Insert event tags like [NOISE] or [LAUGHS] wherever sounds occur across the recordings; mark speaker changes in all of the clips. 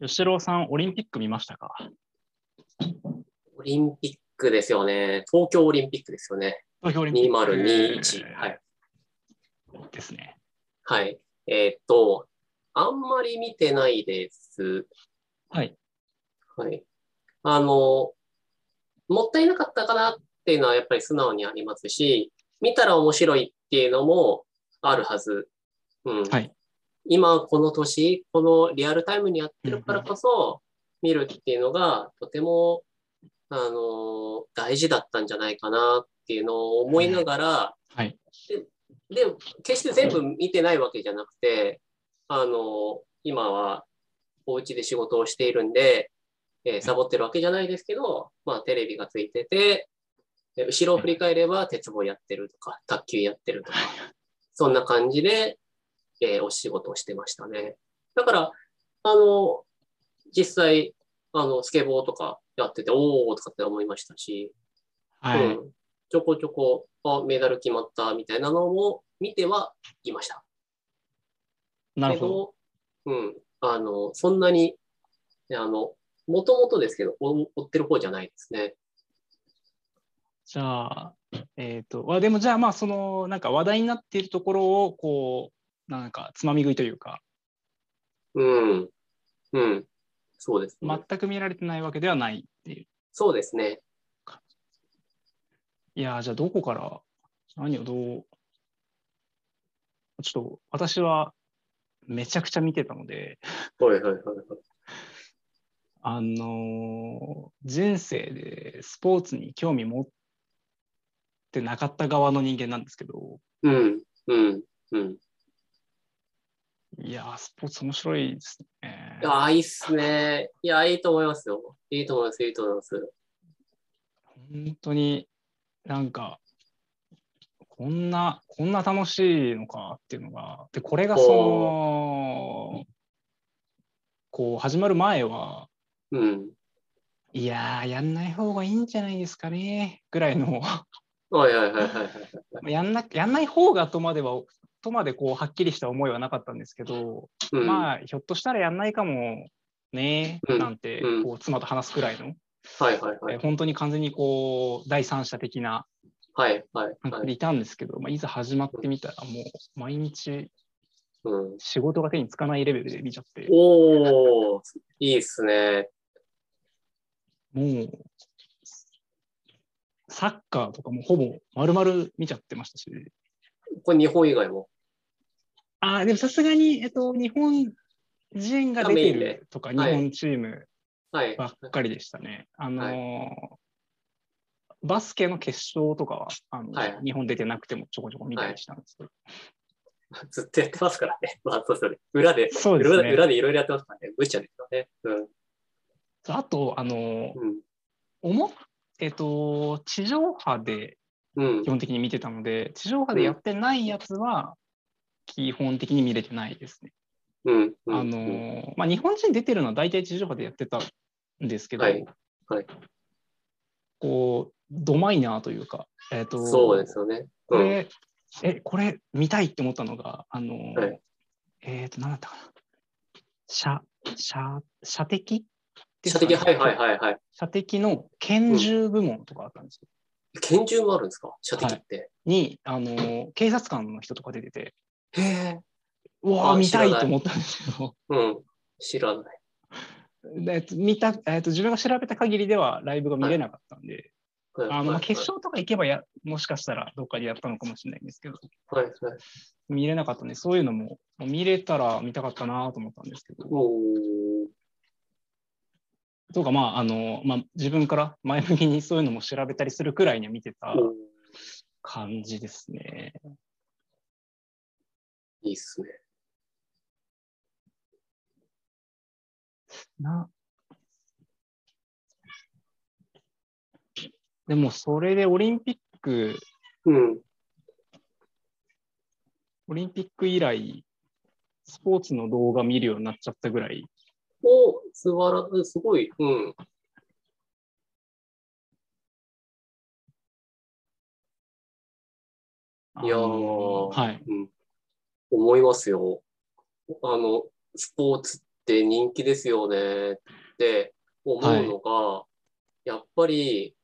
Speaker 1: 吉郎さん、オリンピック見ましたか
Speaker 2: オリンピックですよね。東京オリンピックですよね。
Speaker 1: 東京オリンピック。
Speaker 2: 2021。はい。
Speaker 1: ですね。
Speaker 2: はい。えーっと、あんまり見てないです。
Speaker 1: はい。
Speaker 2: はい。あの、もったいなかったかなっていうのはやっぱり素直にありますし、見たら面白いっていうのもあるはず。うん。
Speaker 1: はい
Speaker 2: 今、この年、このリアルタイムにやってるからこそ、見るっていうのが、とても、あの、大事だったんじゃないかなっていうのを思いながら、
Speaker 1: はい。
Speaker 2: で、決して全部見てないわけじゃなくて、あの、今はお家で仕事をしているんで、えーサボってるわけじゃないですけど、まあテレビがついてて、で後ろを振り返れば鉄棒やってるとか、卓球やってるとか、そんな感じで、えーお仕事をしてましたね。だから、あの、実際、あの、スケボーとかやってて、おーとかって思いましたし、
Speaker 1: はい。
Speaker 2: うん、ちょこちょこあメダル決まったみたいなのも見てはいました。
Speaker 1: なるほど。
Speaker 2: けど、うん、あの、そんなに、ねあの、もともとですけど、お追ってる方じゃないですね。
Speaker 1: じゃあ、えっ、と、わでもじゃあ、まあ、その、なんか話題になっているところを、こう、なんか、つまみ食いというか、
Speaker 2: うん。うん。そうですね。
Speaker 1: 全く見られてないわけではないっていう。
Speaker 2: そうですね。
Speaker 1: いやー、じゃあ、どこから、何をどう、ちょっと、私は、めちゃくちゃ見てたので、
Speaker 2: はいはいはい
Speaker 1: あのー人生でスポーツに興味持ってなかった側の人間なんですけど、
Speaker 2: はい。うん、うん、うん。
Speaker 1: いやー、スポーツ面白いですね。
Speaker 2: ああ、いいっすね。いや、いいと思いますよ。いいと思います、いいと思います。
Speaker 1: 本当になんかこんなこんな楽しいのかっていうのがでこれがそのこう始まる前は
Speaker 2: うん。
Speaker 1: いやーやんない方がいいんじゃないですかねぐらいの
Speaker 2: はいはいはいはいはい。
Speaker 1: やんなやんない方がとまではとまでこうはっきりした思いはなかったんですけど、
Speaker 2: うん、
Speaker 1: まあひょっとしたらやんないかもね
Speaker 2: うん
Speaker 1: なんて
Speaker 2: うん
Speaker 1: こう妻と話すくらいの、
Speaker 2: はいはいは
Speaker 1: え
Speaker 2: い。
Speaker 1: 本当に完全にこう第三者的な
Speaker 2: はいはい
Speaker 1: 感
Speaker 2: は
Speaker 1: 覚
Speaker 2: い。
Speaker 1: でいたんですけど、まあ、いざ始まってみたら、もう毎日
Speaker 2: うん
Speaker 1: 仕事が手につかないレベルで見ちゃって、
Speaker 2: おー、いいっすね。
Speaker 1: もう、サッカーとかもほぼ丸々見ちゃってましたし、
Speaker 2: これ日本以外も。
Speaker 1: あーでもさすがに、えっと、日本人が出て
Speaker 2: あメイン
Speaker 1: るとか、日
Speaker 2: はい
Speaker 1: 本チーム
Speaker 2: はい。
Speaker 1: ばっかりでしたね。あのー
Speaker 2: は
Speaker 1: バスケの決勝とかはあの、
Speaker 2: はい
Speaker 1: 日本出てなくてもちょこちょこ見たりしたんですけど、
Speaker 2: ずっとやってますからね。 [LAUGHS] まあ、そうそう。裏で、
Speaker 1: そうです
Speaker 2: 裏で
Speaker 1: ね。
Speaker 2: 裏でいろいろやってますからね。無茶ですよね。
Speaker 1: あと、あのー
Speaker 2: うん。
Speaker 1: おもえっと、地上波で
Speaker 2: うん。うん
Speaker 1: 基。本的に見てたので、地上波でやってないやつは、基本的に見れてないですね。
Speaker 2: うん。うん
Speaker 1: あのーまあ、日本人出てるのは大体地上波でやってたんですけど、
Speaker 2: はいはい
Speaker 1: こう、ドマイナーというか、えっと、
Speaker 2: そうですよね。
Speaker 1: こ
Speaker 2: うん。
Speaker 1: れ、え、これ見たいって思ったのが、あのー
Speaker 2: はい
Speaker 1: えっと、なんだったかな。射、射、射的ですか
Speaker 2: 射
Speaker 1: ね
Speaker 2: 的、はいはいはいはい。
Speaker 1: 射的の拳銃部門とかあったんですよ
Speaker 2: 拳銃もあるんですか射的って。
Speaker 1: に、あのー警察官の人とか出てて、
Speaker 2: へえ。
Speaker 1: うわ
Speaker 2: あ
Speaker 1: ー見たい
Speaker 2: 知らない
Speaker 1: と思ったんですけど、
Speaker 2: うん。知らない。
Speaker 1: [LAUGHS] でえっと見たえっと自分が調べた限りではライブが見れなかったんで、
Speaker 2: はい
Speaker 1: あのま
Speaker 2: は
Speaker 1: あ
Speaker 2: い
Speaker 1: 決勝とか行けばや、もしかしたらどっかでやったのかもしれないんですけど、
Speaker 2: はいはい。
Speaker 1: 見れなかったんで、そういうのももう見れたら見たかったなと思ったんですけど、
Speaker 2: おー
Speaker 1: とか、まああのまあ、自分から前向きにそういうのも調べたりするくらいには見てた
Speaker 2: おー
Speaker 1: 感じですね。
Speaker 2: いいっすね。
Speaker 1: な。でも、それでオリンピック
Speaker 2: うん。
Speaker 1: オリンピック以来、スポーツの動画見るようになっちゃったぐらい、
Speaker 2: お、素晴らすごい。うん。いや
Speaker 1: あ
Speaker 2: ー
Speaker 1: のはい。
Speaker 2: うん、思いますよ。あの、スポーツっって人気ですよねって思うのが、やっぱり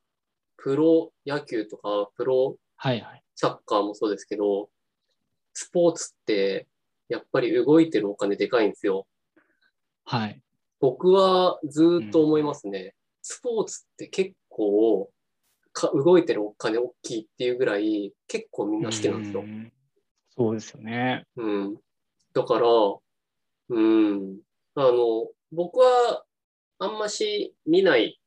Speaker 2: プロ野球とかプロ
Speaker 1: はいはい。
Speaker 2: サッカーもそうですけど、スポーツってやっぱり動いてるお金でかいんですよ。
Speaker 1: はい。
Speaker 2: 僕はずーっと思いますね。スポーツって結構か、動いてるお金大きいっていうぐらい、結構みんな好きなんですよ
Speaker 1: う。んそうですよね。
Speaker 2: うん。だから、うん。あの、僕はあんまし見ない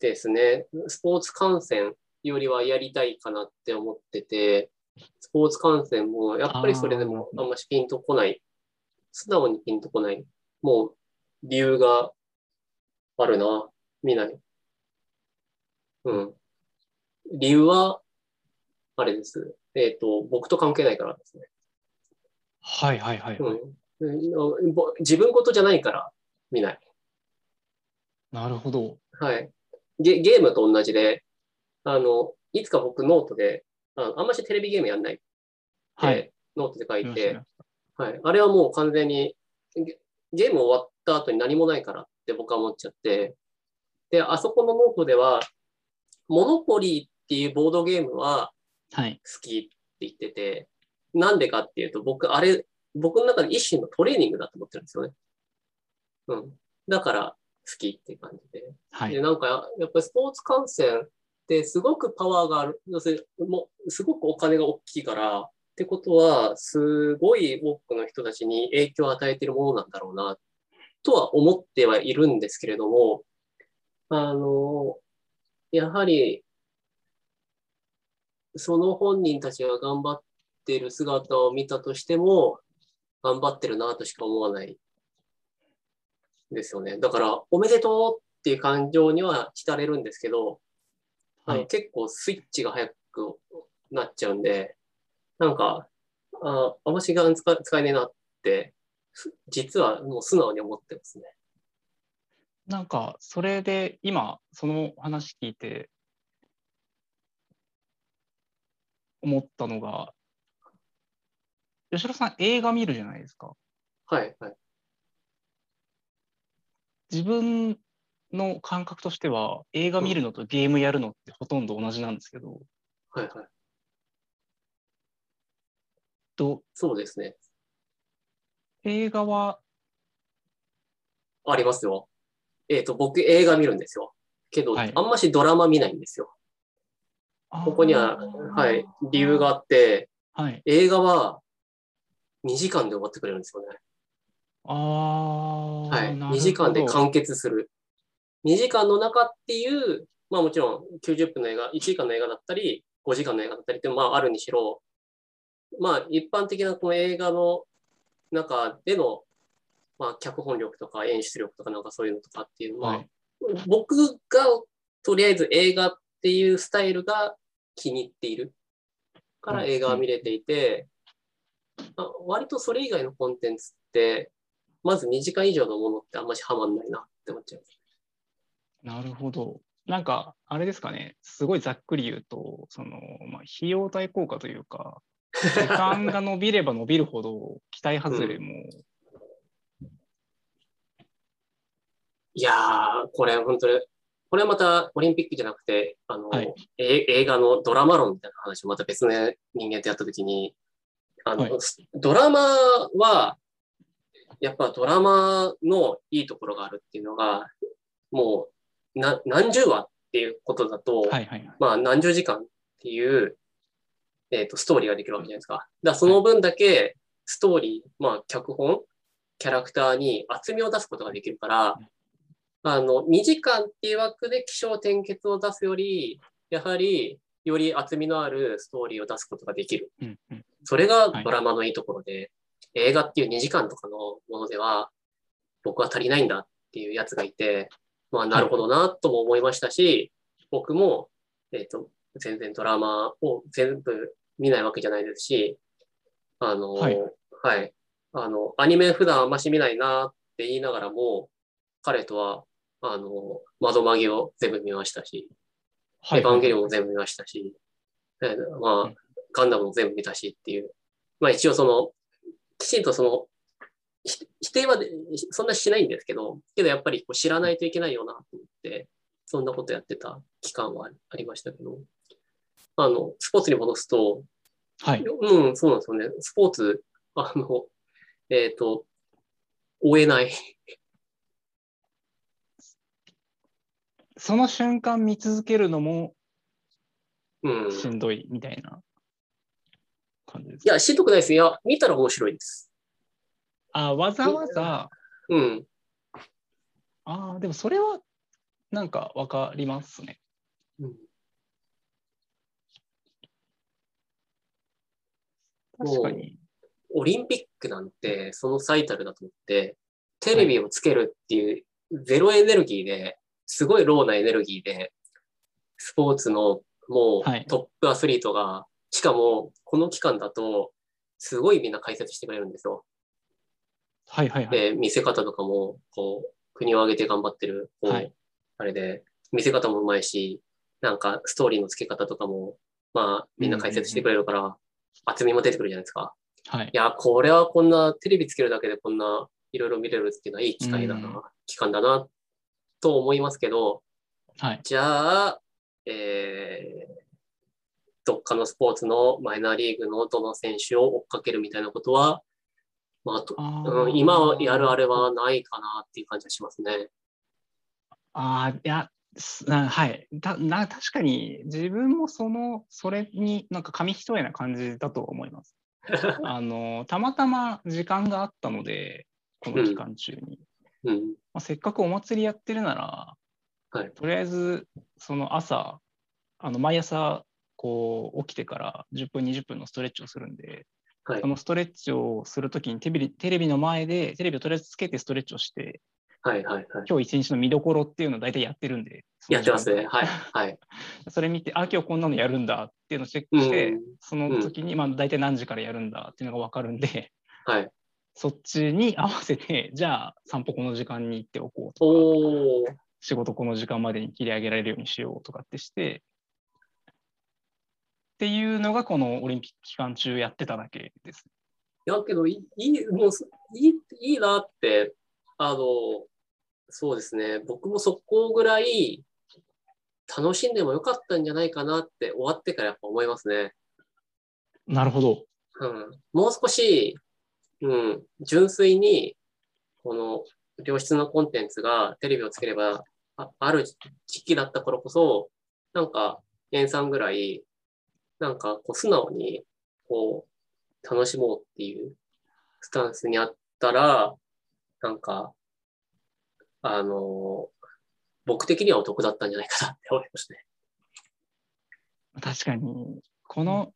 Speaker 2: ですね。スポーツ観戦よりはやりたいかなって思ってて、スポーツ観戦もやっぱりそれでも
Speaker 1: あー
Speaker 2: あんましピンとこない。素直にピンとこない。もう理由があるな。見ない。うん。理由は、あれです。えっ、と、僕と関係ないからですね。
Speaker 1: はいはいはい、はい
Speaker 2: うんうん、ぼ自分事じゃないから見ない。
Speaker 1: なるほど。
Speaker 2: はい。ゲゲームと同じで、あの、いつか僕ノートで、ああんましテレビゲームやんないって、
Speaker 1: はい。
Speaker 2: ノートで書い
Speaker 1: 見
Speaker 2: て
Speaker 1: ま、
Speaker 2: はい。あれはもう完全にゲ、ゲーム終わった後に何もないからって僕は思っちゃって、で、あそこのノートでは、モノポリーっていうボードゲームは
Speaker 1: したはい。
Speaker 2: 好きって言ってて、なんでかっていうと、僕、あれ、僕の中で一種のトレーニングだと思ってるんですよね。うん。だから、好きっていう感じで。
Speaker 1: は
Speaker 2: で、
Speaker 1: い。
Speaker 2: なんかや、やっぱりスポーツ観戦ってすごくパワーがある。要するに、もうすごくお金が大きいから、ってことは、すごい多くの人たちに影響を与えているものなんだろうな、とは思ってはいるんですけれども、あの、やはり、その本人たちが頑張っている姿を見たとしても、頑張ってるなとしか思わないですよね。だから、おめでとうっていう感情には浸れるんですけど、あの
Speaker 1: はい
Speaker 2: 結構スイッチが早くなっちゃうんで、なんか、ああんましが使使えねえなって、す実はもう素直に思ってますね。
Speaker 1: なんか、それで今、その話聞いて、思ったのが、吉野さん映画見るじゃないですか。
Speaker 2: はい、はい。
Speaker 1: 自分の感覚としては、映画見るのとゲームやるのってほとんど同じなんですけど、
Speaker 2: はい、はい。
Speaker 1: ど
Speaker 2: そうですね。
Speaker 1: 映画は、
Speaker 2: ありますよ。えっ、と、僕映画見るんですよ。けど、
Speaker 1: はい
Speaker 2: あんましドラマ見ないんですよ。
Speaker 1: あー
Speaker 2: ここには、はい、理由が。あって、
Speaker 1: はい。
Speaker 2: 映画は2時間で終わってくれるんですよね。
Speaker 1: ああ、
Speaker 2: はい、
Speaker 1: なるほ
Speaker 2: 2
Speaker 1: ど
Speaker 2: 時間で完結する。2時間の中っていう、まあもちろん90分の映画、1時間の映画だったり、5時間の映画だったりって、まああるにしろ、まあ一般的なこの映画の中での、まあ脚本力とか演出力とかなんかそういうのとかっていうの
Speaker 1: は
Speaker 2: は、
Speaker 1: い。
Speaker 2: 僕がとりあえず映画っていうスタイルが気に入っているから
Speaker 1: うん
Speaker 2: 映画は見れていて、あ割とそれ以外のコンテンツって、まず2時間以上のものってあんましハマんないなって思っちゃう。
Speaker 1: なるほど。なんか、あれですかね、すごいざっくり言うと、その、まあ、費用対効果というか、時間が伸びれば伸びるほど、期待外
Speaker 2: [LAUGHS]
Speaker 1: れも、
Speaker 2: いやー、これ本当に、これはまたオリンピックじゃなくて、あの、
Speaker 1: はい
Speaker 2: え映画のドラマ論みたいな話をまた別の人間とやったときに、あの、
Speaker 1: はい
Speaker 2: ドラマは、やっぱドラマのいいところがあるっていうのが、もう、な何十話っていうことだと、
Speaker 1: はいはいはい。
Speaker 2: まあ何十時間っていう、えっ、と、ストーリーができるわけじゃないですか。だからその分だけ、ストーリー、まあ脚本、キャラクターに厚みを出すことができるから、あの、2時間っていう枠で気象転結を出すより、やはり、より厚みのあるストーリーを出すことができる。
Speaker 1: うんうん、
Speaker 2: それがドラマのいいところで、映画っていう2時間とかのものでは、僕は足りないんだっていうやつがいて、まあ、なるほどなとも思いましたし、僕も、えっ、と、全然ドラマを全部見ないわけじゃないですし、あの、は
Speaker 1: はいい、
Speaker 2: あの、アニメ普段あんまし見ないなって言いながらも、彼とは、あの、窓曲げを全部見ましたし、
Speaker 1: はい
Speaker 2: エヴァンゲリオンも全部見ましたし、えー
Speaker 1: う
Speaker 2: まあ
Speaker 1: ん、
Speaker 2: ガンダムも全部見たしっていう、まあ一応その、きちんとその、ひ否定はでそんなしないんですけど、けどやっぱりこう知らないといけないよなと思って、そんなことやってた期間はありありましたけど、あの、スポーツに戻すと、
Speaker 1: はい。
Speaker 2: うん、そうなんですよね。スポーツ、あの、えっ、と、追えない。
Speaker 1: その瞬間見続けるのも
Speaker 2: うん。
Speaker 1: しんどいみたいな感じです
Speaker 2: い。や、しんどくないです。いや、見たら面白いです。
Speaker 1: あ、わざわざ、
Speaker 2: うん。
Speaker 1: ああ、でもそれはなんかわかりますね。
Speaker 2: うん
Speaker 1: 確かに。
Speaker 2: オリンピックなんて、その最たるだと思って、テレビをつけるっていう、ゼロエネルギーで、すごいローなエネルギーで、スポーツのも
Speaker 1: はいう
Speaker 2: トップアスリートが、しかもこの期間だと、すごいみんな解説してくれるんですよ。
Speaker 1: はいはいはい。
Speaker 2: で、見せ方とかも、こう、国を挙げて頑張ってる、こう、
Speaker 1: はい
Speaker 2: あれで、見せ方もうまいし、なんかストーリーの付け方とかも、まあ、みんな解説してくれるから、厚みも出てくるじゃないですか。
Speaker 1: はい
Speaker 2: い。や、これはこんなテレビつけるだけでこんないろいろ見れるっていうのはいい機会だな、
Speaker 1: うん
Speaker 2: 期間だな、と思いますけど、
Speaker 1: はい。
Speaker 2: じゃあ、えーどっかのスポーツのマイナーリーグのどの選手を追っかけるみたいなことは、まあ、あと
Speaker 1: あー
Speaker 2: うん、今やるあれはないかなっていう感じはしますね。
Speaker 1: ああ、いや、すなはい。たな確かに、自分もその、それに、なんか紙一重な感じだと思います。
Speaker 2: [LAUGHS]
Speaker 1: あの、たまたま時間があったので、この期間中に。
Speaker 2: うん。
Speaker 1: まあ、せっかくお祭りやってるなら、
Speaker 2: はい
Speaker 1: とりあえず、その朝、あの毎朝、こう、起きてから10分、20分のストレッチをするんで、
Speaker 2: はい
Speaker 1: そ。のストレッチをするときにテレビ、テレビの前で、テレビをとりあえずつけてストレッチをして、
Speaker 2: はい。はい。はい。
Speaker 1: 今日一日の見どころっていうのを大体やってるんで、その
Speaker 2: やってますね。はい。はい。
Speaker 1: それ見て、あ、今日こんなのやるんだっていうのをチェッ [LAUGHS]
Speaker 2: う
Speaker 1: クして、
Speaker 2: ん。
Speaker 1: その時に、まあ、大体何時からやるんだっていうのが分かるんで、 [LAUGHS]
Speaker 2: はい。
Speaker 1: そっちに合わせて、じゃあ散歩この時間に行っておこうとか、
Speaker 2: おー。
Speaker 1: 仕事この時間までに切り上げられるようにしようとかってして、っていうのがこのオリンピック期間中やってただけです。
Speaker 2: だけど、いいい、もう、いい、いいなって、あの、そうですね。僕もそこぐらい楽しんでもよかったんじゃないかなって終わってからやっぱ思いますね。
Speaker 1: なるほど。
Speaker 2: うんもう少し、うん、純粋に、この、良質なコンテンツがテレビをつければあある時期だった頃こそ、なんか、塩さんぐらい、なんか、こう、素直に、こう、楽しもうっていうスタンスにあったら、なんか、あの、僕的にはお得だったんじゃないかなって思いますね。
Speaker 1: 確かに、この、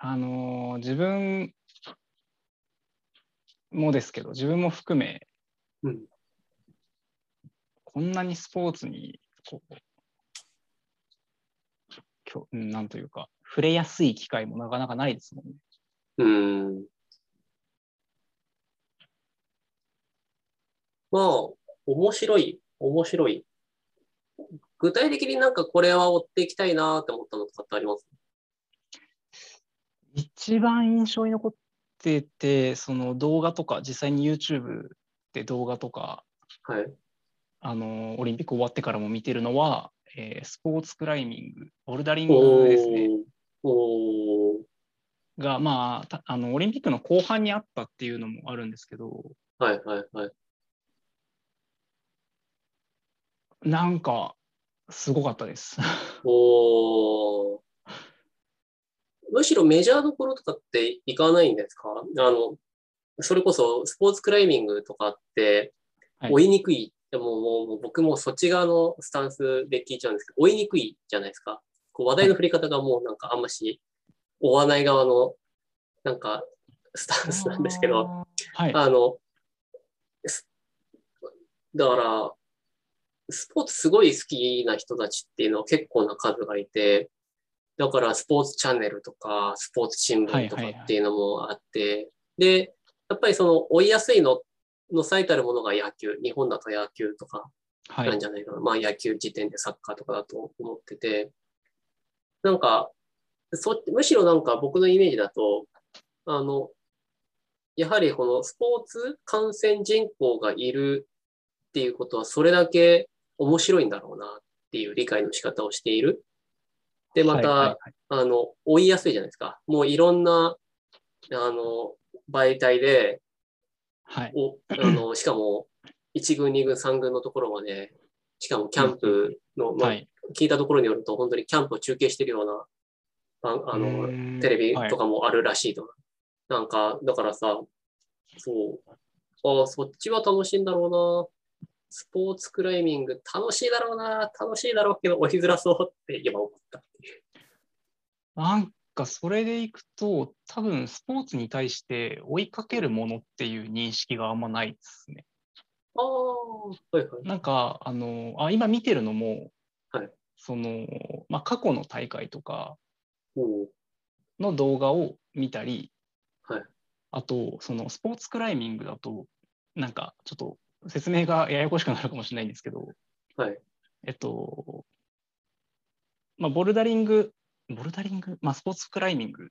Speaker 1: あのー自分もですけど、自分も含め、
Speaker 2: うん
Speaker 1: こんなにスポーツに、こう、きょうんなんというか、触れやすい機会もなかなかないですもんね。
Speaker 2: うん。まあ、面白い、面白い。具体的になんかこれは追っていきたいなって思ったのとかってあります
Speaker 1: 一番印象に残ってて、その動画とか、実際に YouTube で動画とか、
Speaker 2: はい。
Speaker 1: あのオリンピック終わってからも見てるのは、えースポーツクライミング、ボルダリングですね、
Speaker 2: おーおー
Speaker 1: が、まあたあの、オリンピックの後半にあったっていうのもあるんですけど、
Speaker 2: はいはいはい。
Speaker 1: なんか、すごかったです。
Speaker 2: おーむしろメジャーどころとかって行かないんですかあの、それこそスポーツクライミングとかって
Speaker 1: はい
Speaker 2: 追いにくい。でももうもう僕もそっち側のスタンスで聞いちゃうんですけど、追いにくいじゃないですか。こう話題の振り方がもうなんかあんまし追わない側のなんかスタンスなんですけど、
Speaker 1: あー。はい。
Speaker 2: あの、すだから、スポーツすごい好きな人たちっていうのは結構な数がいて、だからスポーツチャンネルとか、スポーツ新聞とか
Speaker 1: はいはいはい
Speaker 2: っていうのもあって、で、やっぱりその追いやすいのの最たるものが野球、日本だと野球とか
Speaker 1: は
Speaker 2: なん
Speaker 1: い。
Speaker 2: じゃないかな。まあ野球時点でサッカーとかだと思ってて、なんか、そむしろなんか僕のイメージだと、あの、やはりこのスポーツ観戦人口がいるっていうことは、それだけ面白いんだろうなっていう理解の仕方をしている。で、また、
Speaker 1: はいはいはい
Speaker 2: あの、追いやすいじゃないですか。もういろんな、あの、媒体で、
Speaker 1: はい。
Speaker 2: おあ
Speaker 1: [CLEARS THROAT]
Speaker 2: のしかも1軍、2軍、3軍のところまで、しかもキャンプの、まあ
Speaker 1: はい。
Speaker 2: 聞いたところによると、本当にキャンプを中継してるような、ああの、
Speaker 1: の
Speaker 2: テレビと
Speaker 1: か。
Speaker 2: かもあるらしいと。なんか、だからさ、そう、ああ、そっちは楽しいんだろうな。スポーツクライミング楽しいだろうな。楽しいだろうけど、追いづらそうって今思った。
Speaker 1: なんかそれでいくと、多分スポーツに対して追いかけるものっていう認識があんまないですね。
Speaker 2: ああ、はいはい。
Speaker 1: なんか、あの、あ今見てるのも、
Speaker 2: はい
Speaker 1: その、まあ、過去の大会とか
Speaker 2: おう
Speaker 1: の動画を見たり、
Speaker 2: はい
Speaker 1: あと、そのスポーツクライミングだと、なんかちょっと説明がややこしくなるかもしれないんですけど、
Speaker 2: はい
Speaker 1: えっと、まあ、ボルダリング、ボルダリング、まあ、スポーツクライミング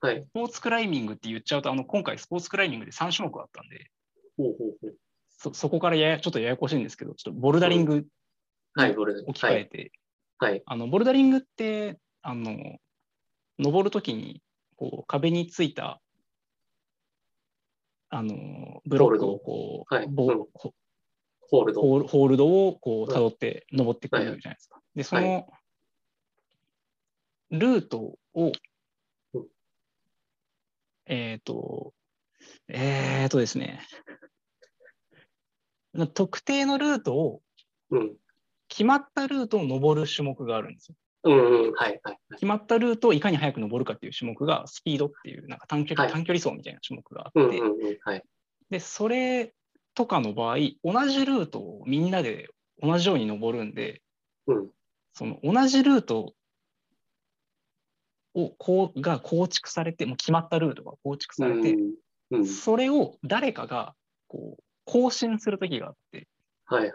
Speaker 2: はい。
Speaker 1: スポーツクライミングって言っちゃうと、あの今回スポーツクライミングで3種目あったんで、
Speaker 2: ほうほうほう
Speaker 1: そそこからややちょっとややこしいんですけど、ちょっとボルダリング
Speaker 2: はい、ボルダリング
Speaker 1: 置き換えて、
Speaker 2: はい。
Speaker 1: あのボルダリングって、あの登るときにこう壁についたあのブロックをこう、
Speaker 2: ホールド
Speaker 1: ボ
Speaker 2: はいうん
Speaker 1: ホ
Speaker 2: ホールド。
Speaker 1: ホールホールドをこう
Speaker 2: はい
Speaker 1: 辿って登ってくるじゃないですか。で、そのルートを
Speaker 2: うん、
Speaker 1: えっ、と、えっ、とですね、な特定のルートを、
Speaker 2: うん。
Speaker 1: 決まったルートを登る種目があるんですよ。
Speaker 2: うんうん。はいはいはい。
Speaker 1: 決まったルートをいかに速く登るかっていう種目が、スピードっていう、なんか短距
Speaker 2: は
Speaker 1: 離
Speaker 2: い
Speaker 1: 短距離走みたいな種目があ
Speaker 2: うん
Speaker 1: っ
Speaker 2: う
Speaker 1: て、
Speaker 2: んうん。はい。
Speaker 1: で、それとかの場合、同じルートをみんなで同じように登るんで、
Speaker 2: うん。
Speaker 1: その同じルートをこうが構築されて、もう決まったルートが構築
Speaker 2: う
Speaker 1: されて、
Speaker 2: ん。うん。
Speaker 1: それを誰かがこう更新するときがあって、
Speaker 2: はいはい。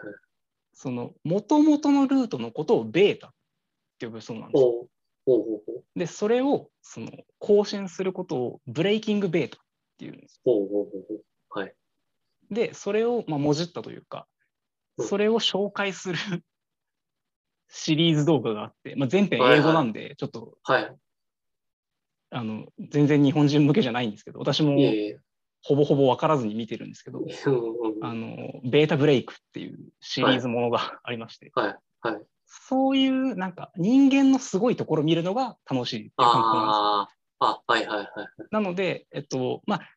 Speaker 1: その元々のルートのことをベータって呼ぶそうなんですよ。
Speaker 2: おうほうほうほう。
Speaker 1: で、それをその更新することをブレイキングベータっていうんです。
Speaker 2: ほうほうほうほう。
Speaker 1: で、それをまあもじったというか、
Speaker 2: うん
Speaker 1: それを紹介する [LAUGHS] シリーズ動画があって、まあ、全編英語なんで、ちょっと
Speaker 2: はい。
Speaker 1: あの全然日本人向けじゃないんですけど私も
Speaker 2: いえいえ。
Speaker 1: ほぼほぼ分からずに見てるんですけど
Speaker 2: うんうんうん
Speaker 1: あのベータブレイクっていうシリーズものがありまして、
Speaker 2: はい。はい。
Speaker 1: そういうなんか人間のすごいところ見るのが楽しいっていう感覚なんで
Speaker 2: ああ。あ、はいはいはい。
Speaker 1: すなので、えっとまあ、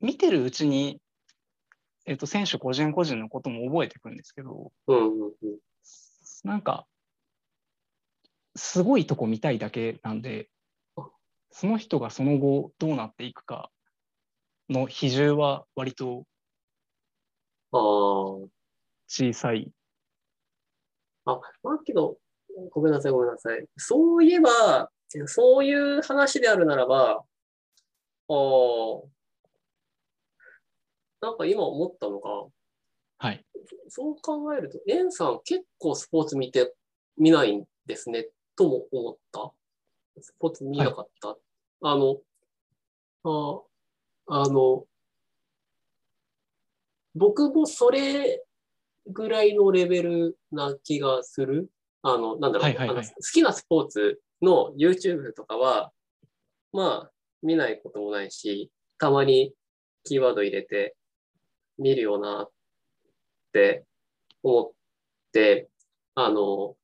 Speaker 1: 見てるうちに、えっと、選手個人個人のことも覚えていくんですけど
Speaker 2: うんうんうん。
Speaker 1: なんかすごいとこ見たいだけなんでその人がその後どうなっていくかの比重は割と
Speaker 2: ああ。
Speaker 1: 小さい。
Speaker 2: あ、まあけど、ごめんなさい、ごめんなさい。そういえば、そういう話であるならば、あーなんか今思ったのが、
Speaker 1: はい。
Speaker 2: そう考えると、エンさん結構スポーツ見て、見ないんですね、とも思った。スポーツ見なかった。あの、ああの、僕もそれぐらいのレベルな気がする。あの、なんだろう、
Speaker 1: はいはいはい
Speaker 2: あの好きなスポーツの YouTube とかは、まあ、見ないこともないし、たまにキーワード入れて見るよなって思って、あの、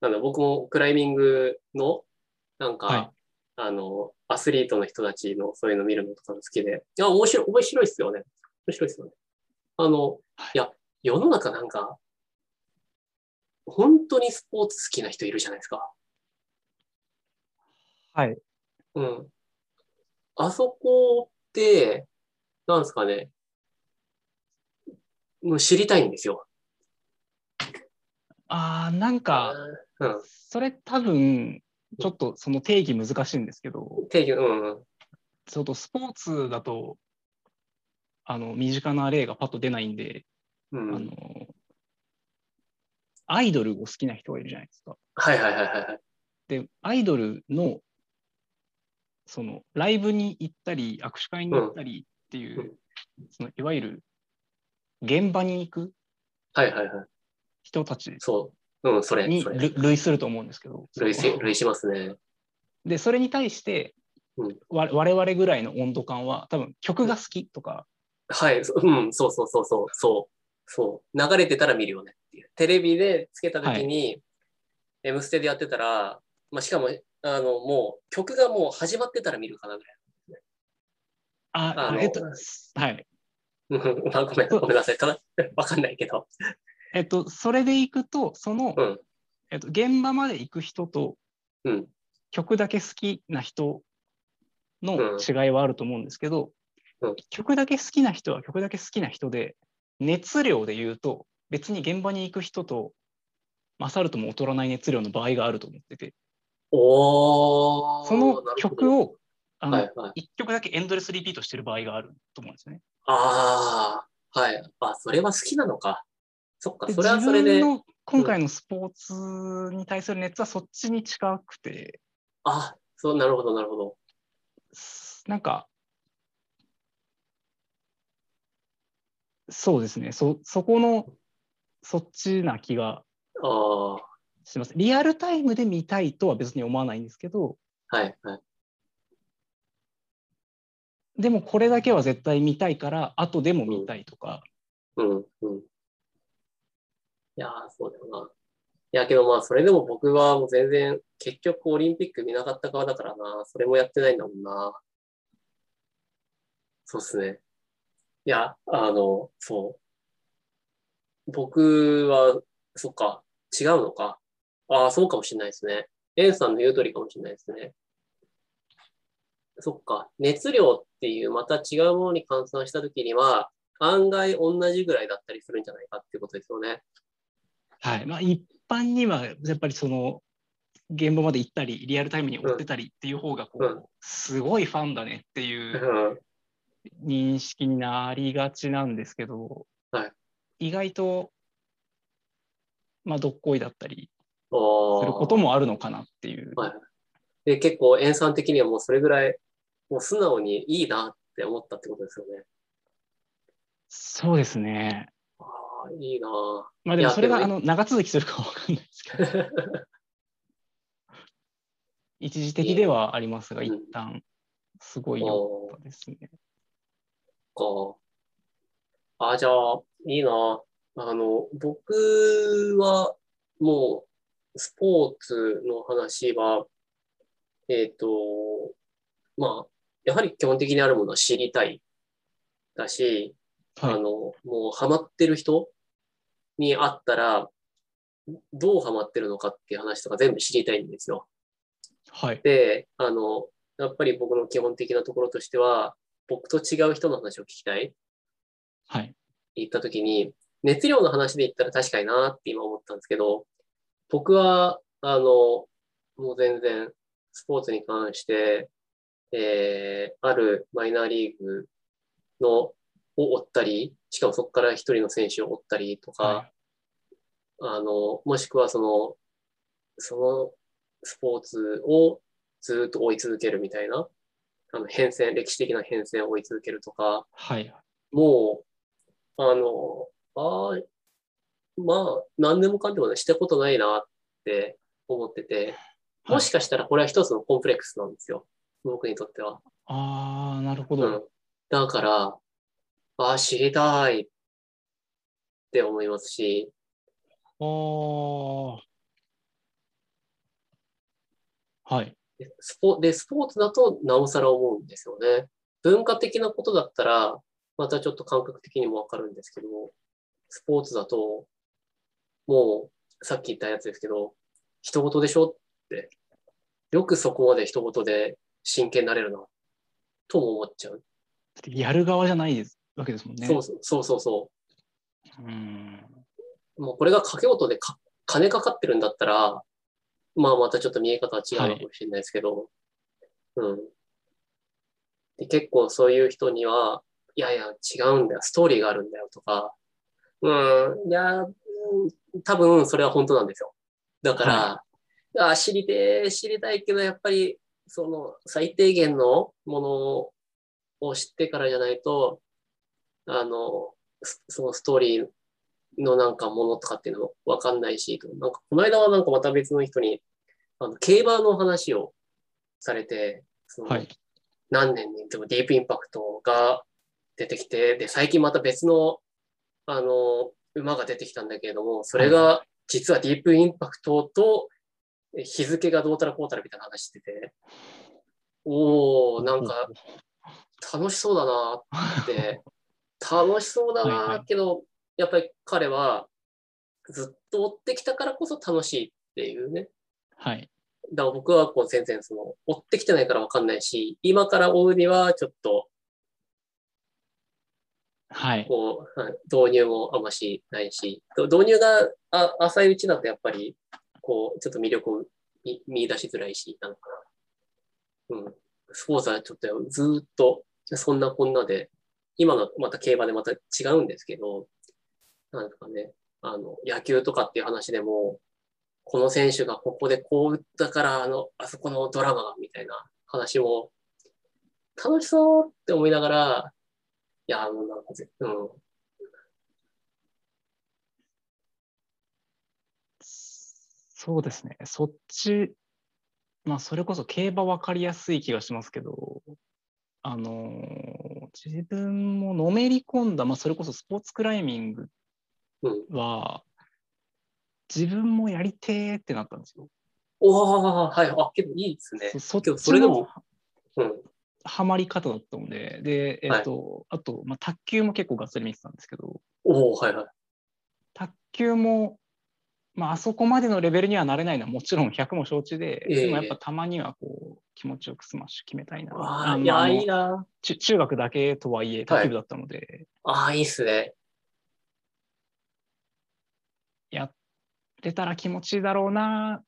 Speaker 2: なんだ、僕もクライミングの、なんか、
Speaker 1: はい
Speaker 2: あの、アスリートの人たちのそういうの見るのとかも好きで、いや、面白い、面白いっすよね。面白いっすよね。あの、いや、世の中なんか、本当にスポーツ好きな人いるじゃないですか。
Speaker 1: はい。
Speaker 2: うん。あそこって、なんですかね。もう知りたいんですよ。
Speaker 1: あーなんか、
Speaker 2: うん。
Speaker 1: それ多分、ちょっとその定義難しいんですけど、
Speaker 2: 定義、うんうん。
Speaker 1: ちょっとスポーツだと、あの、身近な例がパッと出ないんで、
Speaker 2: うん
Speaker 1: あの、アイドルを好きな人がいるじゃないですか。
Speaker 2: はいはいはいはいはい。
Speaker 1: で、アイドルの、その、ライブに行ったり、握手会に行ったりっていう、
Speaker 2: うん
Speaker 1: そのいわゆる現場に行く
Speaker 2: はいはいはい。
Speaker 1: 人たち
Speaker 2: そう。うん、それ、
Speaker 1: に
Speaker 2: それ。
Speaker 1: 類類すると思うんですけど、
Speaker 2: 類
Speaker 1: そ
Speaker 2: し
Speaker 1: の
Speaker 2: 類しますね。
Speaker 1: でそれに対して、
Speaker 2: うん
Speaker 1: わ我々ぐらいの温度感は多分曲が好きとか、
Speaker 2: はい、そうん、そうそうそうそう、そう、そう、流れてたら見るよねっていう。テレビでつけたときに、M ステでやってたら、まあ、しかも、あの、もう、曲がもう始まってたら見るかなぐ
Speaker 1: あ
Speaker 2: あの
Speaker 1: えっとはい
Speaker 2: らい。うん [LAUGHS] まあごめん、ごめんなさい。ただ、 [LAUGHS] わかんないけど。
Speaker 1: えっと、それでいくとその、
Speaker 2: うん、
Speaker 1: えっと、現場まで行く人と
Speaker 2: うん、
Speaker 1: 曲だけ好きな人の
Speaker 2: うん
Speaker 1: 違いはあると思うんですけど、
Speaker 2: うん
Speaker 1: 曲だけ好きな人は曲だけ好きな人で熱量で言うと別に現場に行く人と勝るとも劣らない熱量の場合があると思ってて
Speaker 2: おー。
Speaker 1: その曲
Speaker 2: を、
Speaker 1: をあの、
Speaker 2: はい、はい。
Speaker 1: 1曲だけエンドレスリピートしてる場合があると思うんですよね。
Speaker 2: あー、はい。あ、それは好きなのか。そっか、
Speaker 1: で
Speaker 2: それはそれで
Speaker 1: 自、分の今回のスポーツに対する熱はそっちに近くて、
Speaker 2: あ、そう、なるほど、なるほど。
Speaker 1: すなんか、そうですね、そそこの、そっちな気が
Speaker 2: あー、
Speaker 1: します。リアルタイムで見たいとは別に思わないんですけど、
Speaker 2: はい、はい。
Speaker 1: でもこれだけは絶対見たいから、後でも見たいとか、
Speaker 2: うんうん。いやー、そうだよな。いや、けどまあ、それでも僕はもう全然、結局オリンピック見なかった側だからな。それもやってないんだもんな。そうっすね。いや、あの、そう。僕は、そっか、違うのか。ああ、そうかもしれないですね。エンさんの言う通りかもしれないですね。そっか、熱量っていうまた違うものに換算したときには、案外同じぐらいだったりするんじゃないかっていうことですよね。
Speaker 1: はいまあ、一般にはやっぱりその現場まで行ったりリアルタイムに追ってたりっていう方がこう、
Speaker 2: うん
Speaker 1: すごいファンだねって
Speaker 2: う。
Speaker 1: いうん認識になりがちなんですけど、
Speaker 2: はい
Speaker 1: 意外と、まあ、どっこいだったり
Speaker 2: お
Speaker 1: すること
Speaker 2: も。
Speaker 1: もあるのかなっていう。
Speaker 2: はいで、結構、塩酸的にはもうそれぐらい、もう素直にいいなって思ったってことですよね。
Speaker 1: そうですね。
Speaker 2: ああ、いいなぁ
Speaker 1: まあでも
Speaker 2: いや
Speaker 1: それが、
Speaker 2: で
Speaker 1: あ
Speaker 2: も
Speaker 1: の長続きするかわかんないです
Speaker 2: [LAUGHS]
Speaker 1: けど一時的ではありますが
Speaker 2: うん
Speaker 1: 一旦すごい良
Speaker 2: [LAUGHS] お
Speaker 1: かったですね。
Speaker 2: ーか。ああ、じゃあ、いいなぁあの、僕は、もう、スポーツの話は、えっ、と、まあ、やはり基本的にあるものは知りたい。だし、
Speaker 1: はい
Speaker 2: あの、もうハマってる人に会ったら、どうハマってるのかっていう話とか全部知りたいんですよ。
Speaker 1: はい
Speaker 2: で、あの、やっぱり僕の基本的なところとしては、僕と違う人の話を聞きたいって
Speaker 1: はい
Speaker 2: 言った時に、熱量の話で言ったら確かになって今思ったんですけど、僕は、あの、もう全然、スポーツに関して、えー、あるマイナーリーグの、を追ったり、しかもそこから一人の選手を追ったりとか、
Speaker 1: はい
Speaker 2: あの、もしくはその、そのスポーツをずっと追い続けるみたいな、あの変遷、歴史的な変遷を追い続けるとか、
Speaker 1: はい
Speaker 2: もう、あの、あーまあ、何でもかんでもねしたことないなって思って
Speaker 1: は
Speaker 2: て、
Speaker 1: い
Speaker 2: もしかしたらこれは一つのコンプレックスなんですよ。僕にとっては。
Speaker 1: ああ、なるほ
Speaker 2: う
Speaker 1: ど。
Speaker 2: ん。だから、ああ、知りたいって思いますし、
Speaker 1: おーはい。
Speaker 2: でスポで、スポーツだとなおさら思うんですよね。文化的なことだったら、またちょっと感覚的にもわかるんですけど、スポーツだと、もう、さっき言ったやつですけど、人事でしょって、よくそこまで人事で真剣になれるな、とも思っちゃう。
Speaker 1: だってやる側じゃないですわけですもんね。
Speaker 2: そうそうそうそうそう。
Speaker 1: うん
Speaker 2: もうこれが掛け事でか金かかってるんだったら、まあまたちょっと見え方は違うのかもしれないですけど、うん。で、結構そういう人には、いやいや、違うんだよ、ストーリーがあるんだよとか、うん、いや、うん多分それは本当なんですよ。だから、あ知りてえ、知りたいけど、やっぱり、その最低限のものを知ってからじゃないと、あの、すそのストーリーのなんかものとかっていうのもわかんないし、なんかこの間はなんかまた別の人に、あの競馬の話をされて、その
Speaker 1: はい。 [LAUGHS]
Speaker 2: 何年にでもディープインパクトが出てきて、で、最近また別の、あの、馬が出てきたんだけれども、それが、実はディープインパクトとえ日付がどうたらこうたらみたいな話してて、おおなん
Speaker 1: [LAUGHS]
Speaker 2: か楽しそうだなって、楽しそうだ
Speaker 1: はい
Speaker 2: な
Speaker 1: は
Speaker 2: けど、やっぱり彼はずっと追ってきたからこそ楽しいっていうね。
Speaker 1: はい。
Speaker 2: だから僕はこう全然その追ってきてないから分かんないし、今から追うにはちょっと
Speaker 1: はい。
Speaker 2: こうはい導入もあんましないし、ど導入があ浅いうちだとやっぱりこうちょっと魅力を見見出しづらいし、なのかな。うん。スポーツはちょっとずーっとそんなこんなで、今のまた競馬でまた違うんですけど、なんかね、あの、野球とかっていう話でも、この選手がここでこう打ったから、あの、あそこのドラマがみたいな話も、楽しそうって思いながら、いや、もうなんかぜ、うん、
Speaker 1: そうですね。そっち、まあ、それこそ競馬分かりやすい気がしますけど、あのー自分ものめり込んだ、まあ、それこそスポーツクライミング
Speaker 2: うん。
Speaker 1: は、自分もやりてーってなったんですよ。
Speaker 2: おー、はい、あ、けどいいですね。
Speaker 1: そそっ
Speaker 2: けど
Speaker 1: ち
Speaker 2: それで
Speaker 1: の
Speaker 2: も、うん、
Speaker 1: ハマり方だったので、で、えっ、と、あと、まあ、卓球も結構がっつり見てたんですけど、
Speaker 2: おー、はいはい。
Speaker 1: 卓球も、まあ、あそこまでのレベルにはなれないのはもちろん100も承知で、
Speaker 2: ええ
Speaker 1: でもやっぱたまにはこう気持ちよくスマッシュ決めたいな。
Speaker 2: あ
Speaker 1: あ
Speaker 2: ー
Speaker 1: の
Speaker 2: いや
Speaker 1: あ
Speaker 2: ー、
Speaker 1: の
Speaker 2: いいな。
Speaker 1: ち中学だけとはいえ卓球部だったので、
Speaker 2: ああ、いいっすね。
Speaker 1: やってたら気持ちいいだろうな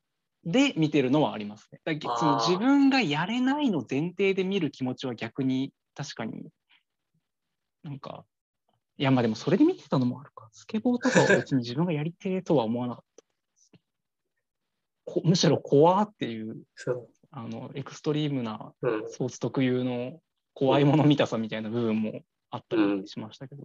Speaker 1: で見てるのはありますね。だけ
Speaker 2: あー
Speaker 1: その自分がやれないの前提で見る気持ちは逆に確かになんかいやまあでもそれで見てたのもあるかスケボーとかは別に自分がやりてえとは思わなかったこむしろ怖っていう
Speaker 2: そう。
Speaker 1: あのエクストリームな
Speaker 2: うん。
Speaker 1: スポーツ特有の怖いもの見たさみたいな部分もあったりしましたけど、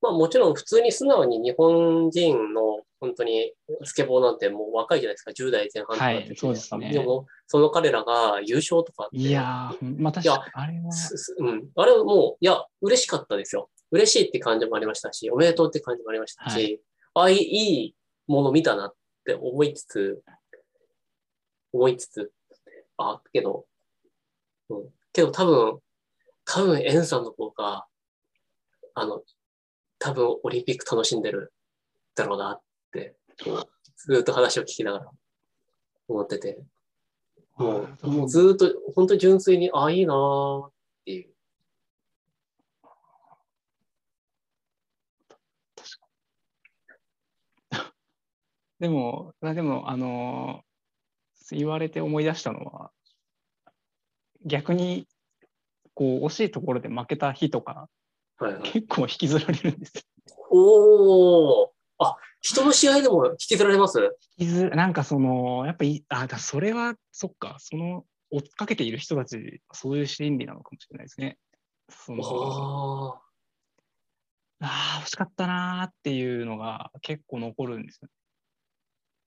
Speaker 2: まあもちろん普通に素直に日本人の本当にスケボーなんてもう若いじゃないですか、10代前半とかって
Speaker 1: はいそうですね
Speaker 2: でも、その彼らが優勝とかって。
Speaker 1: いやーまあ確かにあれは
Speaker 2: すすうん。あれはもう、いや、嬉しかったですよ。嬉しいって感じもありましたし、おめでとうって感じもありましたし、あい、いいもの見たなって思いつつ、思いつつ、あ、けど、うん。けど多分、多分、エンさんの方が、あの、多分、オリンピック楽しんでるだろうなって、こうずーっと話を聞きながら思ってて。もう、もうずーっと、本当に純粋に、あ、いいなーっていう。
Speaker 1: でも、あでも、あのー言われて思い出したのは、逆に、こう、惜しいところで負けた日とか、
Speaker 2: はいはい。
Speaker 1: 結構引きずられるんです。
Speaker 2: おー。あ、人の試合でも引きずられます
Speaker 1: 引きずなんかその、やっぱり、あ、だそれは、そっか、その、追っかけている人たち、そういう心理なのかもしれないですね。その
Speaker 2: あ
Speaker 1: あー惜しかったなーっていうのが結構残るんですよ。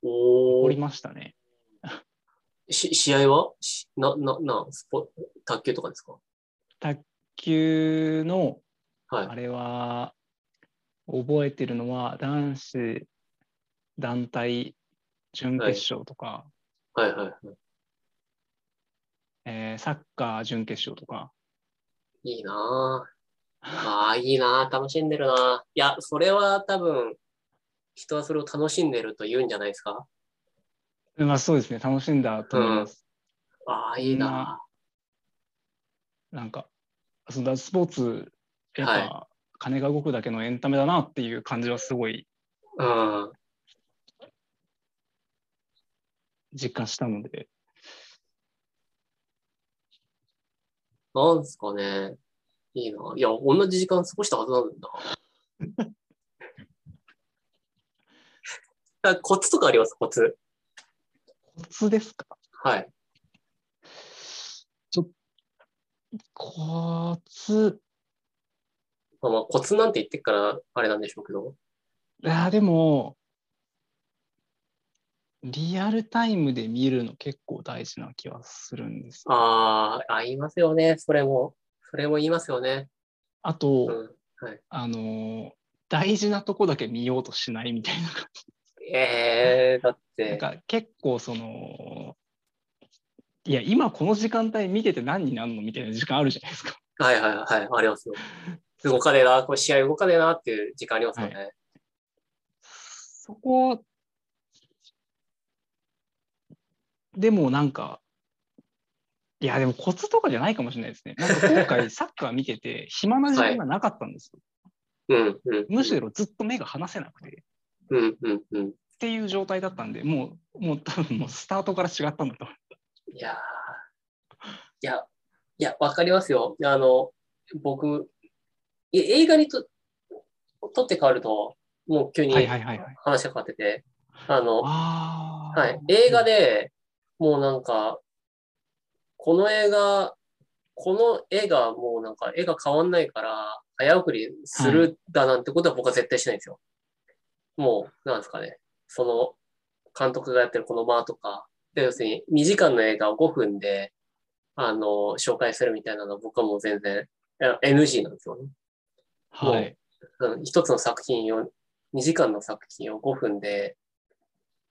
Speaker 2: ー。お
Speaker 1: 残り
Speaker 2: ー。
Speaker 1: ましたね。
Speaker 2: し試合はしな、な、な、スポ、卓球とかですか
Speaker 1: 卓球の
Speaker 2: はい。
Speaker 1: あれは、覚えてるのは、男子団体準決勝とか、
Speaker 2: はいはいは
Speaker 1: えーサッカー準決勝とか、 [LAUGHS]
Speaker 2: い。いいなー。あー、いいなー。楽しんでるなー。いや、それは多分、人はそれを楽しんでると言うんじゃないですか
Speaker 1: まあそうですね、楽しんだと思います。
Speaker 2: あー、いいな
Speaker 1: なんか、そのスポーツ、やっぱ、
Speaker 2: は
Speaker 1: 金が動くだけのエンタメだなっていう感じはすごい
Speaker 2: ー。うん。
Speaker 1: 実感したので、
Speaker 2: なんですかね。いいな。いや、同じ時間過ごしたはずなんだ。
Speaker 1: [LAUGHS]
Speaker 2: あコツとかあります、コツ。
Speaker 1: コツですか
Speaker 2: はい。
Speaker 1: コツ、
Speaker 2: まあ、まあコツなんて言ってっから、あれなんでしょうけど。
Speaker 1: いやーでもリアルタイムで見るの結構大事な気はするんですよ
Speaker 2: あーあ、言いますよね。それも。それも言いますよね。
Speaker 1: あ
Speaker 2: う
Speaker 1: と、
Speaker 2: ん。
Speaker 1: あのー大事なとこだけ見ようとしないみたいな感
Speaker 2: ええだっ
Speaker 1: じなん
Speaker 2: て。
Speaker 1: か結構そのいや今この時間帯見てて何になるのみたいな時間あるじゃないですか。
Speaker 2: はいはいはい。ありま
Speaker 1: [LAUGHS]
Speaker 2: すよ。動かねえな、これ試合動かねえなっていう時間ありますよね。
Speaker 1: そこでもなんかいやでもコツとかじゃないかもしれないですね。なんか今回サッカー見てて暇な時間がなかったんですよ。
Speaker 2: うんうん。
Speaker 1: むしろずっと目が離せなくて。
Speaker 2: うんうんうん。
Speaker 1: っていう状態だったんで、もう、もう多分もうスタートから違ったんだと思
Speaker 2: いやーいや、いや、わかりますよ。あの、僕、い映画にと、とって変わると、もう急
Speaker 1: う。
Speaker 2: に
Speaker 1: はいはいはいはい。
Speaker 2: 話が変わってて、あの、
Speaker 1: ああ。
Speaker 2: はい、映画でもうなんか、この映画、この絵がもうなんか絵が変わんないから、早送りするだなんてことは僕は絶対しないんですよ。もう、なんですかね。その、監督がやってるこの間とか、で要するに2時間の映画を5分で、あの、紹介するみたいなのは僕はもう全然あ NG なんですよね。
Speaker 1: はい。
Speaker 2: うん一つの作品を、2時間の作品を5分で、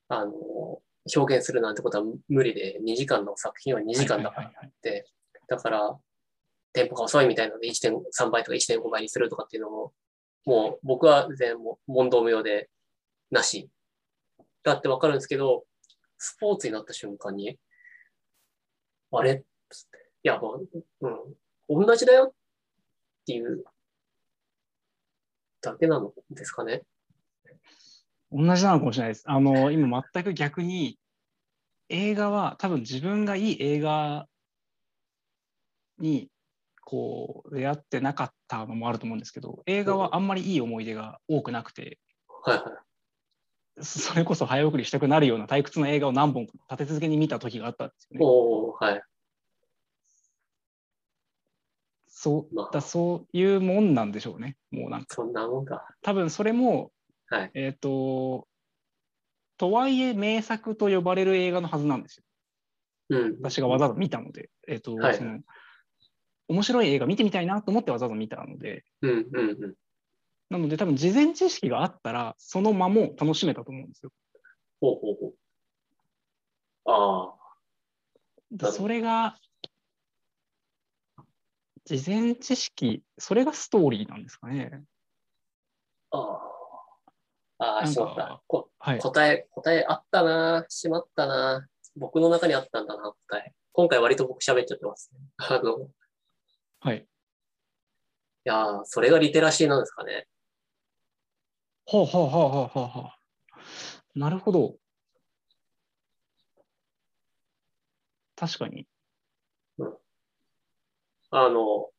Speaker 2: あの、表現するなんてことは無理で、2時間の作品は2時間だから、
Speaker 1: はいはい
Speaker 2: だから、テンポが遅いみたいなので1.3倍とか1.5倍にするとかっていうのも、もう僕は全然もう問答無用で、なし。だってわかるんですけど、スポーツになった瞬間に、あれっつっていや、もう、うん、同じだよっていうだけなのですかね。
Speaker 1: はい同じなのかもしれないです。あの、今全く逆に、映画は多分自分がいい映画に、こう、出会ってなかったのもあると思うんですけど、映画はあんまりいい思い出が多くなくて、
Speaker 2: はいはい。
Speaker 1: それこそ早送りしたくなるような退屈な映画を何本か立て続けに見た時があったんですよね。
Speaker 2: おおはい。
Speaker 1: そう
Speaker 2: まあ
Speaker 1: だそういうもんなんでしょうね。もうなんか
Speaker 2: そんなもんか。
Speaker 1: 多分それも、
Speaker 2: はい
Speaker 1: えっ、ととはいえ名作と呼ばれる映画のはずなんですよ。
Speaker 2: うん。
Speaker 1: 私がわざわざ見たので、えっ、と、
Speaker 2: はい
Speaker 1: その面白い映画見てみたいなと思ってわざわざ見たので、
Speaker 2: うんうんうん。
Speaker 1: なので多分事前知識があったらその間も楽しめたと思うんですよ。
Speaker 2: ほうほうほう。ああ。
Speaker 1: だそれが事前知識、それがストーリーなんですかね。
Speaker 2: ああ。あ
Speaker 1: なん
Speaker 2: あ、
Speaker 1: か
Speaker 2: しまった。こ
Speaker 1: はい。
Speaker 2: 答え、答えあったな。しまったな。僕の中にあったんだな、答え。今回割と僕喋っちゃってますね。 [LAUGHS] あの、い
Speaker 1: はい。
Speaker 2: やー、それがリテラシーなんですかね。
Speaker 1: ほうほうほうほうほうほう。なるほど。確かに。
Speaker 2: あの、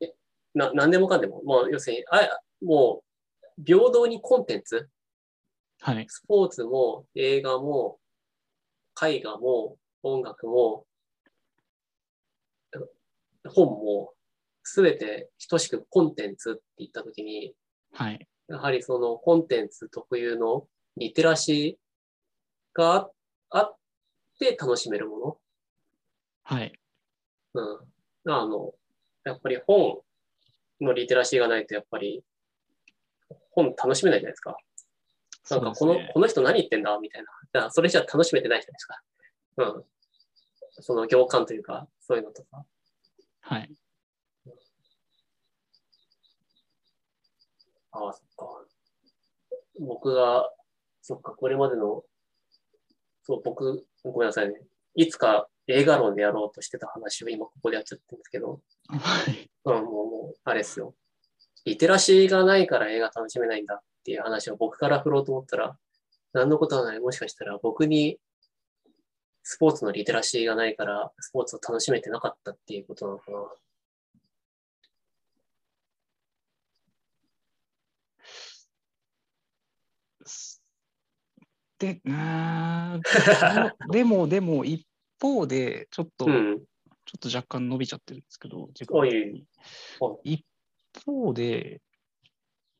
Speaker 2: え、な、何でもかんでも、もう、要するに、あ、もう、平等にコンテンツ、
Speaker 1: はい。
Speaker 2: スポーツも、映画も、絵画も、音楽も、本も、すべて等しくコンテンツって言ったときに、
Speaker 1: はい。
Speaker 2: やはりそのコンテンツ特有のリテラシーがああって楽しめるも
Speaker 1: はい。
Speaker 2: の。うん。あの、やっぱり本のリテラシーがないと、やっぱり本楽しめないじゃないですか。なんかこ
Speaker 1: そ
Speaker 2: の、
Speaker 1: うですね
Speaker 2: この人何言ってんだみたいな。だからそれじゃ楽しめてないじゃないですか。うん。その行間というか、そういうのとか。
Speaker 1: はい。
Speaker 2: ああ、そっか。僕が、そっか、これまでの、そう、僕、ごめんなさいね。いつか映画論でやろうとしてた話を今ここでやっちゃってるんですけど、
Speaker 1: はい。 [LAUGHS]
Speaker 2: うん、もう、もう、あれですよ。リテラシーがないから映画楽しめないんだっていう話を僕から振ろうと思ったら、何のことはない。もしかしたら僕にスポーツのリテラシーがないから、スポーツを楽しめてなかったっていうことなのかな。
Speaker 1: [LAUGHS] で、うーんでも、でも、一方で、ちょっと、
Speaker 2: うん。
Speaker 1: ちちょっと若干伸びちゃってるんですけど、時
Speaker 2: おい
Speaker 1: 的に
Speaker 2: は
Speaker 1: 一方で、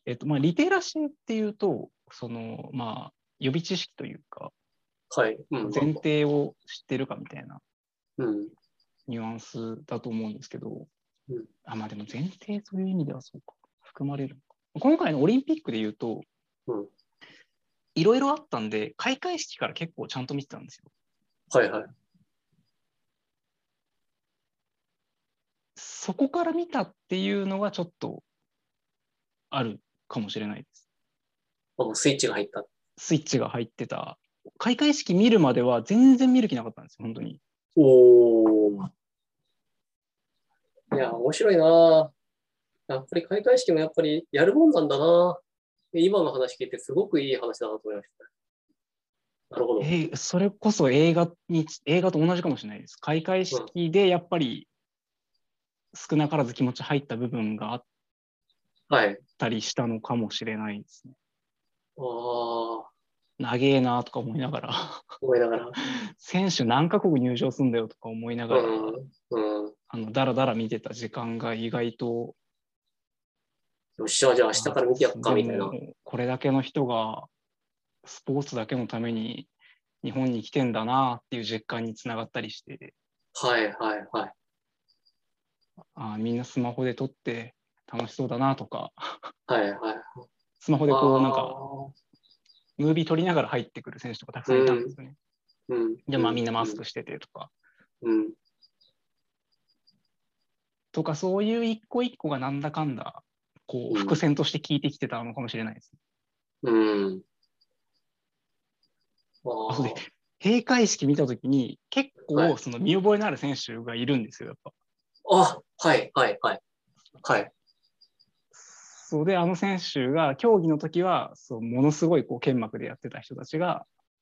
Speaker 1: えっとまあ、リテラシーっていうと、そのまあ、予備知識というか、
Speaker 2: はい。うん。
Speaker 1: 前提を知ってるかみたいな
Speaker 2: うん。
Speaker 1: ニュアンスだと思うんですけど、
Speaker 2: うん
Speaker 1: あまあでも前提という意味ではそうか、含まれるのか。今回のオリンピックで言うと
Speaker 2: うん、
Speaker 1: いろいろあったんで、開会式から結構ちゃんと見てたんですよ。
Speaker 2: はいはい。
Speaker 1: そこから見たっていうのがちょっとあるかもしれないです。
Speaker 2: あもうスイッチが入った。
Speaker 1: スイッチが入ってた。開会式見るまでは全然見る気なかったんですよ、本当に。
Speaker 2: おお。いや、面白いなぁやっぱり開会式もやっぱりやるもんなんだなぁで今の話聞いてすごくいい話だなと思いました。なるほど。
Speaker 1: えーそれこそ映画に映画と同じかもしれないです。開会式でやっぱり少なからず気持ち入った部分があっ
Speaker 2: はい。
Speaker 1: たりしたのかもしれないですね。
Speaker 2: ああ、
Speaker 1: 長えなとか思いながら、 [LAUGHS]
Speaker 2: 思いながら。
Speaker 1: 選手何カ国入場すんだよとか思いながら、
Speaker 2: うん。うん。
Speaker 1: あのだらだら見てた時間が意外と
Speaker 2: よっしゃ、じゃあ明日から見てやっか、みたいな。。
Speaker 1: これだけの人がスポーツだけのために日本に来てんだなっていう実感につながったりして、
Speaker 2: はいはいはい。
Speaker 1: あーみんなスマホで撮って楽しそうだなとか、
Speaker 2: はいはい。
Speaker 1: スマホでこうなん
Speaker 2: あ
Speaker 1: か
Speaker 2: ー
Speaker 1: ムービー撮りながら入ってくる選手とかたくさんいたんですよね。
Speaker 2: うん。
Speaker 1: で、まあみんなマスクしててとか、
Speaker 2: うん。
Speaker 1: とかそういう一個一個がなんだかんだこ
Speaker 2: う
Speaker 1: うん伏線として聞いてきてたのかもしれないです。
Speaker 2: うん。うん。あ
Speaker 1: あ
Speaker 2: あ
Speaker 1: そうで閉会式見たときに結構
Speaker 2: はい
Speaker 1: その見覚えのある選手がいるんですよ、やっぱ。
Speaker 2: あ、はいはいはい。はい。
Speaker 1: そうであの選手が競技の時はそうものすごいこう剣幕でやってた人たちが、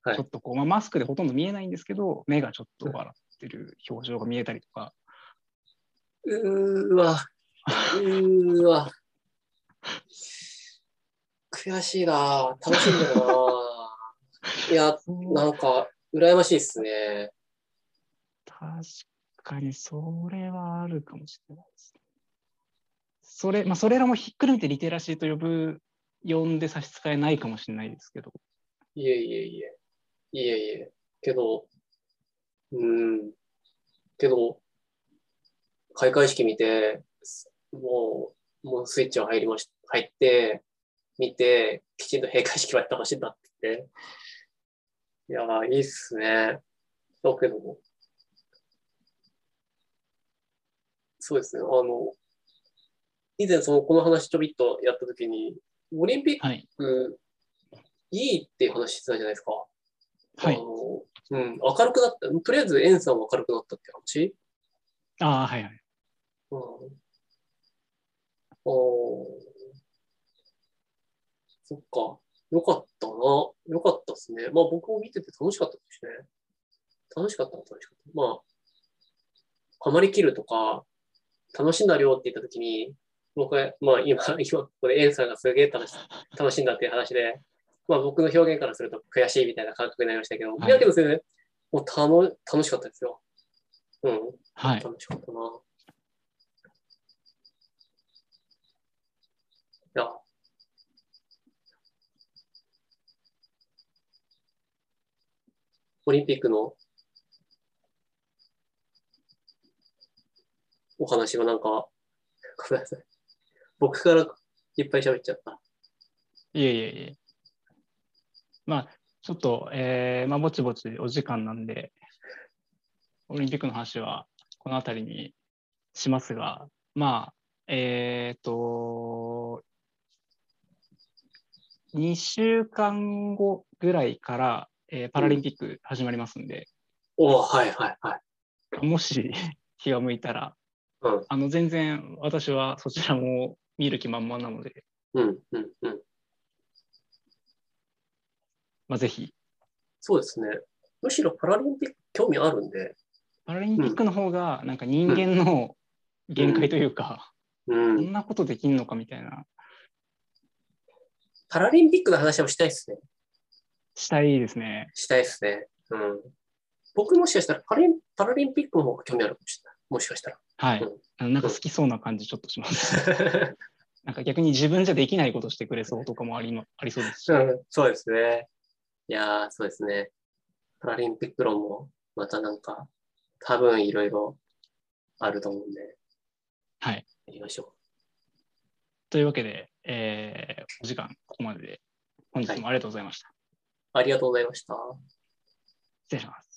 Speaker 2: はい
Speaker 1: ちょっとこう、まあ、マスクでほとんど見えないんですけど目がちょっと笑ってる表情が見えたりとか、
Speaker 2: うーわ。うーわ。悔しいな。楽しんでるな。いや、なんか、羨ましいっすね。
Speaker 1: 確かにそれはあるかもしれないですね。それまあ、それらもひっくるめてリテラシーと呼ぶ呼んで差し支えないかもしれないですけど
Speaker 2: いえいえいえ。いえいえ。けど、うーん。けど、開会式見て、すもう、もうスイッチは入りまし、入って、見て、きちんと閉会式はやってほしいんだって言って。いやー、いいっすね。だけど、そうですね。あの、以前その、この話ちょびっとやったときに、オリンピック
Speaker 1: はい
Speaker 2: いいっていう話してたじゃないですか。
Speaker 1: は
Speaker 2: あ
Speaker 1: い
Speaker 2: のうん、明るくなった。とりあえず、エンさんは明るくなったって話
Speaker 1: あーはいはい
Speaker 2: うん。おそっか。よかったな。よかったですね。まあ僕も見てて楽しかったですね。楽しかったな、楽しかった。まあ、ハマりきるとか、楽しんだ量って言ったときに、僕は、まあ今、 [LAUGHS] 今、ここでエンさんがすげえ楽し楽しんだっていう話で、まあ僕の表現からすると悔しいみたいな感覚になりましたけど、
Speaker 1: はい
Speaker 2: い、やけどそれね、もう楽楽しかったですよ。うん。
Speaker 1: はい
Speaker 2: 楽しかったな。いや。オリンピックのお話はなんか、 [LAUGHS] ごめんなさい。僕からいっぱい喋っちゃった。
Speaker 1: いえいえいえまあちょっと、えーまあ、ぼちぼちお時間なんでオリンピックの話はこの辺りにしますがまあえっ、と2週間後ぐらいから、えーパラリンピック始まりますんで、
Speaker 2: おーはいはいはい。
Speaker 1: もし気が向いたら
Speaker 2: うん
Speaker 1: あの全然私はそちらも見る気満々なので、
Speaker 2: うんうんうん。
Speaker 1: まあ、ぜひ
Speaker 2: そうですね。むしろパラリンピック興味あるんで。
Speaker 1: パラリンピックの方がなんか人間の限界というか、
Speaker 2: うん
Speaker 1: こんなことできんのかみたいな
Speaker 2: パラリンピックの話もしたいですね。
Speaker 1: したいですね。
Speaker 2: したいですね。うん。僕もしかしたらパリンパラリンピックの方が興味あるかもしれない。もしかしたら。
Speaker 1: はい。なんか好きそうな感じちょっとします。 [LAUGHS] なんか逆に自分じゃできないことしてくれそうとかもありのありそうですし。
Speaker 2: うんそうですね。いやー、そうですね。パラリンピック論も、またなんか、多分いろいろあると思うんで、
Speaker 1: はい。
Speaker 2: やりましょ
Speaker 1: というわけで、えーお時間ここまでで、本日もありがとうございました。
Speaker 2: う。ありがとうございました。
Speaker 1: 失礼します。